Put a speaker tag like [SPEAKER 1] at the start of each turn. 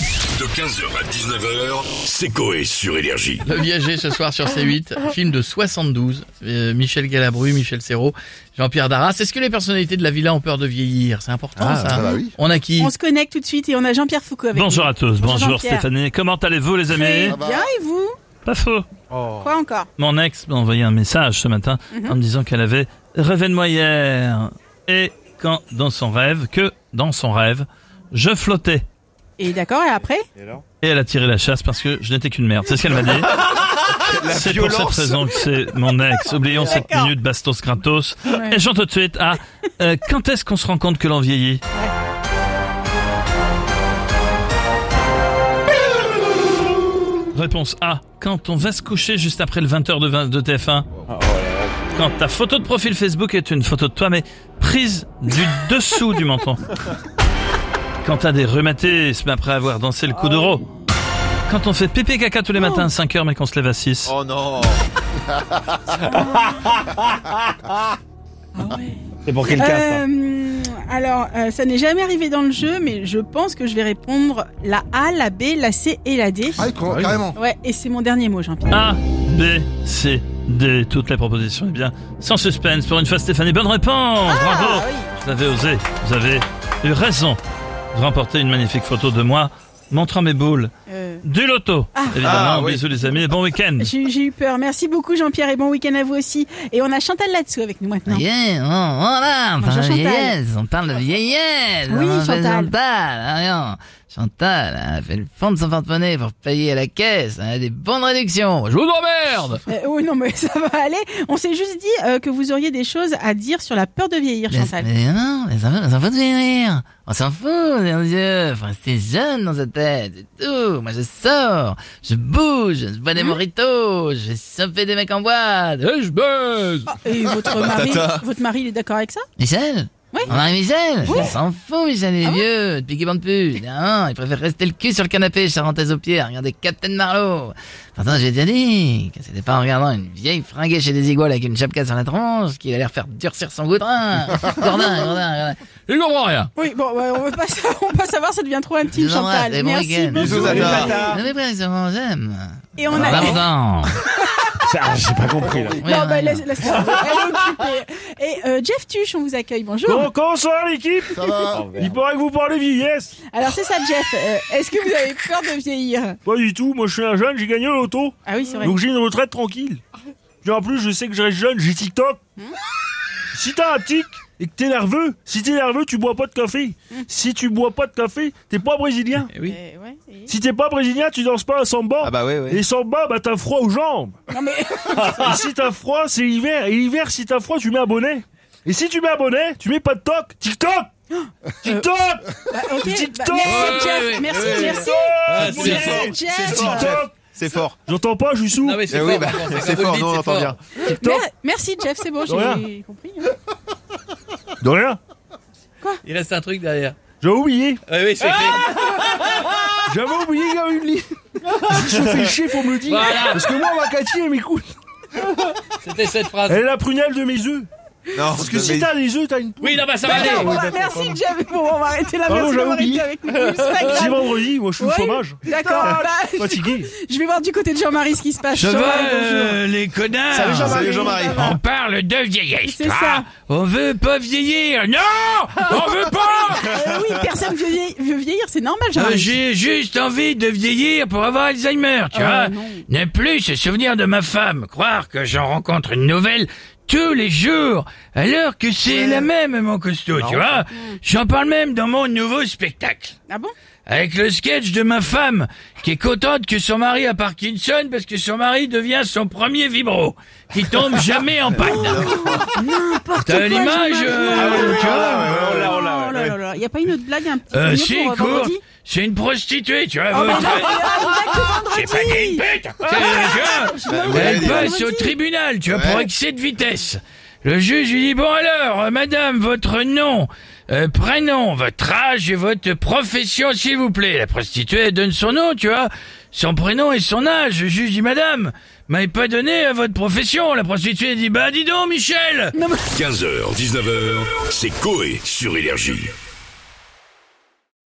[SPEAKER 1] De 15h à 19h, c'est Coé sur Énergie.
[SPEAKER 2] Le Viager ce soir sur C8, film de 72, euh, Michel Galabru, Michel Serrault, Jean-Pierre Darras. Est-ce que les personnalités de la villa ont peur de vieillir C'est important
[SPEAKER 3] Ah,
[SPEAKER 4] Ah,
[SPEAKER 2] ça. On a qui
[SPEAKER 5] On se connecte tout de suite et on a Jean-Pierre Foucault avec
[SPEAKER 4] Bonjour
[SPEAKER 5] nous.
[SPEAKER 4] à tous,
[SPEAKER 5] Bonjour
[SPEAKER 4] bonjour
[SPEAKER 5] Jean-Pierre.
[SPEAKER 4] Stéphanie, comment allez-vous les amis
[SPEAKER 5] Très Bien et vous
[SPEAKER 4] Pas faux
[SPEAKER 2] Oh.
[SPEAKER 5] Quoi encore
[SPEAKER 4] Mon ex m'a envoyé un message ce matin
[SPEAKER 2] Mhm.
[SPEAKER 4] en me disant qu'elle avait rêvé de moi hier. Et quand dans son rêve, que dans son rêve, je flottais.
[SPEAKER 5] Et d'accord, et après
[SPEAKER 4] Et elle a tiré la chasse parce que je n'étais qu'une merde, c'est ce qu'elle m'a dit. C'est pour cette raison que c'est mon ex. Oublions cette
[SPEAKER 5] D'accord.
[SPEAKER 4] minute bastos gratos.
[SPEAKER 5] Ouais.
[SPEAKER 4] Et j'en tout de suite à euh, quand est-ce qu'on se rend compte que l'on vieillit Réponse A. Quand on va se coucher juste après le 20h de, 20 de TF1. Quand ta photo de profil Facebook est une photo de toi, mais prise du dessous du menton. Quand t'as des rhumatismes après avoir dansé le coup d'euro. Quand on fait pépé caca tous les matins à 5h mais qu'on se lève à 6.
[SPEAKER 3] Oh non
[SPEAKER 6] C'est pour quel cas
[SPEAKER 2] hein.
[SPEAKER 6] ça
[SPEAKER 5] Euh, Alors, euh, ça n'est jamais arrivé dans le jeu, mais je pense que je vais répondre la A, la B, la C et la D.
[SPEAKER 3] Ah, quoi, carrément
[SPEAKER 5] Ouais, et c'est mon dernier mot, Jean-Pierre.
[SPEAKER 4] A, B, C, D. Toutes les propositions, eh bien, sans suspense. Pour une fois, Stéphanie, bonne réponse.
[SPEAKER 3] Ah
[SPEAKER 4] Bravo. Vous avez osé. Vous avez eu raison de remporter une magnifique photo de moi montrant mes boules
[SPEAKER 5] Euh,
[SPEAKER 4] du loto. Évidemment,
[SPEAKER 3] Ah, oui.
[SPEAKER 4] bisous les amis et bon week-end.
[SPEAKER 5] J'ai eu- j'ai eu peur. Merci beaucoup, Jean-Pierre, et bon week-end à vous aussi. Et on a Chantal là-dessous avec nous maintenant.
[SPEAKER 2] Yeah, on, on oh, là, on
[SPEAKER 5] Bonjour,
[SPEAKER 2] parle de
[SPEAKER 5] Chantal.
[SPEAKER 2] vieillesse, on parle de vieillesse.
[SPEAKER 5] Oui,
[SPEAKER 2] on fait
[SPEAKER 5] Chantal.
[SPEAKER 2] Chantal, voyons. Chantal, elle a fait le fond de son porte-monnaie pour payer à la caisse. hein, Elle a des bonnes réductions. Je vous emmerde
[SPEAKER 5] Euh, oui, non, mais ça va aller. On s'est juste dit euh, que vous auriez des choses à dire sur la peur de vieillir,
[SPEAKER 2] mais,
[SPEAKER 5] Chantal.
[SPEAKER 2] mais non, mais ça va, on s'en fout de vieillir. On s'en fout, mon Dieu. Enfin, c'est jeune dans sa tête, c'est tout. Moi, je sors, je bouge, je bois des moritos, je vais choper des mecs en boîte, et je baise.
[SPEAKER 5] Ah, et votre
[SPEAKER 2] Bah,
[SPEAKER 5] mari,
[SPEAKER 3] Tata.
[SPEAKER 5] votre mari, il est d'accord avec ça
[SPEAKER 2] Michel
[SPEAKER 5] Oui.
[SPEAKER 2] On a Michel On s'en fout, Michel, il est vieux, depuis qu'il bande plus. Non, il préfère rester le cul sur le canapé, charentaise aux pieds, à regarder Captain Marlowe. Pourtant, j'ai déjà dit que c'était pas en regardant une vieille fringuée chez des iguales avec une chapka sur la tronche qu'il allait refaire durcir son goudrin. Gourdin, gourdin, gourdin. comprend rien
[SPEAKER 5] Oui, bon, ouais, on, veut pas, sa- on veut pas savoir, ça devient trop intime,
[SPEAKER 2] Je vous embrasse,
[SPEAKER 5] Chantal.
[SPEAKER 2] et bon
[SPEAKER 5] Merci
[SPEAKER 2] week-end. Bah,
[SPEAKER 5] beaucoup.
[SPEAKER 3] Bisous,
[SPEAKER 6] Salut,
[SPEAKER 3] Tata.
[SPEAKER 6] Tata.
[SPEAKER 2] Non mais bref, c'est vraiment, j'aime.
[SPEAKER 5] Et on a...
[SPEAKER 2] L'important.
[SPEAKER 6] Ça, J'ai pas compris là.
[SPEAKER 2] Oui,
[SPEAKER 5] non,
[SPEAKER 2] oui.
[SPEAKER 5] bah, laisse, laisse tomber, elle est occupée. Et euh, Jeff Tuch, on vous accueille, bonjour.
[SPEAKER 7] Donc, bonsoir l'équipe
[SPEAKER 3] Ça va
[SPEAKER 7] Il paraît que vous parlez vieillesse
[SPEAKER 5] Alors c'est ça, Jeff. euh, Est-ce que vous avez peur de vieillir
[SPEAKER 7] Pas du tout, moi je suis un jeune, j'ai gagné au loto,
[SPEAKER 5] Ah oui, c'est vrai.
[SPEAKER 7] donc j'ai une retraite tranquille. Puis en plus, je sais que je reste jeune, j'ai TikTok.
[SPEAKER 5] Hmm
[SPEAKER 7] Si t'as un tic et que t'es nerveux, si t'es nerveux, tu bois pas de café.
[SPEAKER 5] Hmm.
[SPEAKER 7] Si tu bois pas de café, t'es pas brésilien.
[SPEAKER 4] oui.
[SPEAKER 5] Euh, ouais, et-
[SPEAKER 7] Si t'es pas brésilien, tu danses pas à samba.
[SPEAKER 3] Eh Ah bah ouais, ouais. Ah.
[SPEAKER 7] Et samba, bah t'as froid aux jambes.
[SPEAKER 5] Non mais
[SPEAKER 7] Et si t'as froid, c'est l'hiver. Et l'hiver, si t'as froid, tu mets un bonnet. Et si tu mets un bonnet, tu mets pas de toc. TikTok TikTok
[SPEAKER 5] bah, ok. bah,
[SPEAKER 7] TikTok.
[SPEAKER 5] merci
[SPEAKER 7] Ouais,
[SPEAKER 5] Jeff,
[SPEAKER 2] ouais, ouais.
[SPEAKER 5] merci,
[SPEAKER 3] Ouais, ouais.
[SPEAKER 5] merci.
[SPEAKER 3] c'est fort.
[SPEAKER 5] Jeff.
[SPEAKER 3] C'est fort, Jeff.
[SPEAKER 7] TikTok
[SPEAKER 3] C'est fort.
[SPEAKER 7] J'entends pas, je suis
[SPEAKER 2] Ah
[SPEAKER 7] sourd.
[SPEAKER 3] Eh oui, bah, c'est fort, non, on entend bien.
[SPEAKER 5] Mer- merci Jeff, c'est bon, j'ai
[SPEAKER 7] rien.
[SPEAKER 5] compris. hein.
[SPEAKER 7] De rien.
[SPEAKER 2] Il reste un truc derrière. Ah
[SPEAKER 7] J'avais oublié.
[SPEAKER 2] Oui, oui, c'est
[SPEAKER 7] J'avais oublié qu'il y avait une ligne. Si je fais chier, faut me le dire.
[SPEAKER 2] Voilà.
[SPEAKER 7] Parce que moi, ma Cathy, elle m'écoute.
[SPEAKER 2] C'était cette phrase.
[SPEAKER 7] Elle est la prunelle de mes œufs.
[SPEAKER 3] Non,
[SPEAKER 7] Parce que si t'as des œufs, t'as une poule.
[SPEAKER 2] Oui, non, bah ça va
[SPEAKER 5] Voilà,
[SPEAKER 2] aller.
[SPEAKER 5] merci Jeff. Bon, on va arrêter là.
[SPEAKER 7] Pardon,
[SPEAKER 5] Merci
[SPEAKER 7] j'avais
[SPEAKER 5] d'avoir été
[SPEAKER 7] oublié.
[SPEAKER 5] avec nous. C'est pas
[SPEAKER 7] C'est
[SPEAKER 5] grave.
[SPEAKER 7] vendredi, moi je suis au
[SPEAKER 5] Ouais,
[SPEAKER 7] chômage.
[SPEAKER 5] D'accord.
[SPEAKER 7] Ah,
[SPEAKER 5] Bah, je-
[SPEAKER 7] Fatigué.
[SPEAKER 5] je vais voir du côté de Jean-Marie ce qui se passe. Jean-Marie, bonjour.
[SPEAKER 2] euh, les
[SPEAKER 3] Ah, Salut
[SPEAKER 2] connards.
[SPEAKER 3] Jean-Marie.
[SPEAKER 2] On parle de vieillesse.
[SPEAKER 5] C'est ça.
[SPEAKER 2] On veut pas vieillir. Non On veut pas
[SPEAKER 5] Euh, oui, personne veut vieillir, veut vieillir, c'est normal,
[SPEAKER 2] Euh,
[SPEAKER 5] Jean-Marie.
[SPEAKER 2] J'ai juste envie de vieillir pour avoir Alzheimer, tu
[SPEAKER 5] Euh,
[SPEAKER 2] vois.
[SPEAKER 5] non.
[SPEAKER 2] Ne plus se souvenir de ma femme, croire que j'en rencontre une nouvelle tous les jours, alors que c'est la même, mon costaud, tu vois. J'en parle même dans mon nouveau spectacle.
[SPEAKER 5] Ah bon
[SPEAKER 2] Avec le sketch de ma femme, qui est contente que son mari a Parkinson parce que son mari devient son premier vibro, qui tombe jamais en panne. T'as l'image euh, tu vois
[SPEAKER 5] Ah, Oh là là là là. Il n'y a pas une autre blague un petit peu
[SPEAKER 2] Euh,
[SPEAKER 5] mieux
[SPEAKER 2] si,
[SPEAKER 5] pour euh,
[SPEAKER 2] court.
[SPEAKER 5] vendredi
[SPEAKER 2] C'est une prostituée, tu vois.
[SPEAKER 5] Oh, mais
[SPEAKER 2] votre-
[SPEAKER 5] non, il y a une blague que
[SPEAKER 2] C'est pas qu'elle est une
[SPEAKER 5] vendredi
[SPEAKER 2] pute C'est- tu vois,
[SPEAKER 3] Bah, ouais,
[SPEAKER 2] Elle
[SPEAKER 3] dis donc.
[SPEAKER 2] passe au tribunal, tu vois, pour
[SPEAKER 3] Ouais.
[SPEAKER 2] excès de vitesse. Le juge lui dit, bon alors, euh, madame, votre nom, euh, prénom, votre âge et votre profession, s'il vous plaît. La prostituée, elle donne son nom, tu vois, son prénom et son âge. Le juge dit, madame, m'avez pas donné euh, votre profession. La prostituée dit, bah dis donc, Michel
[SPEAKER 1] 15h, 19h, c'est Coé sur Énergie.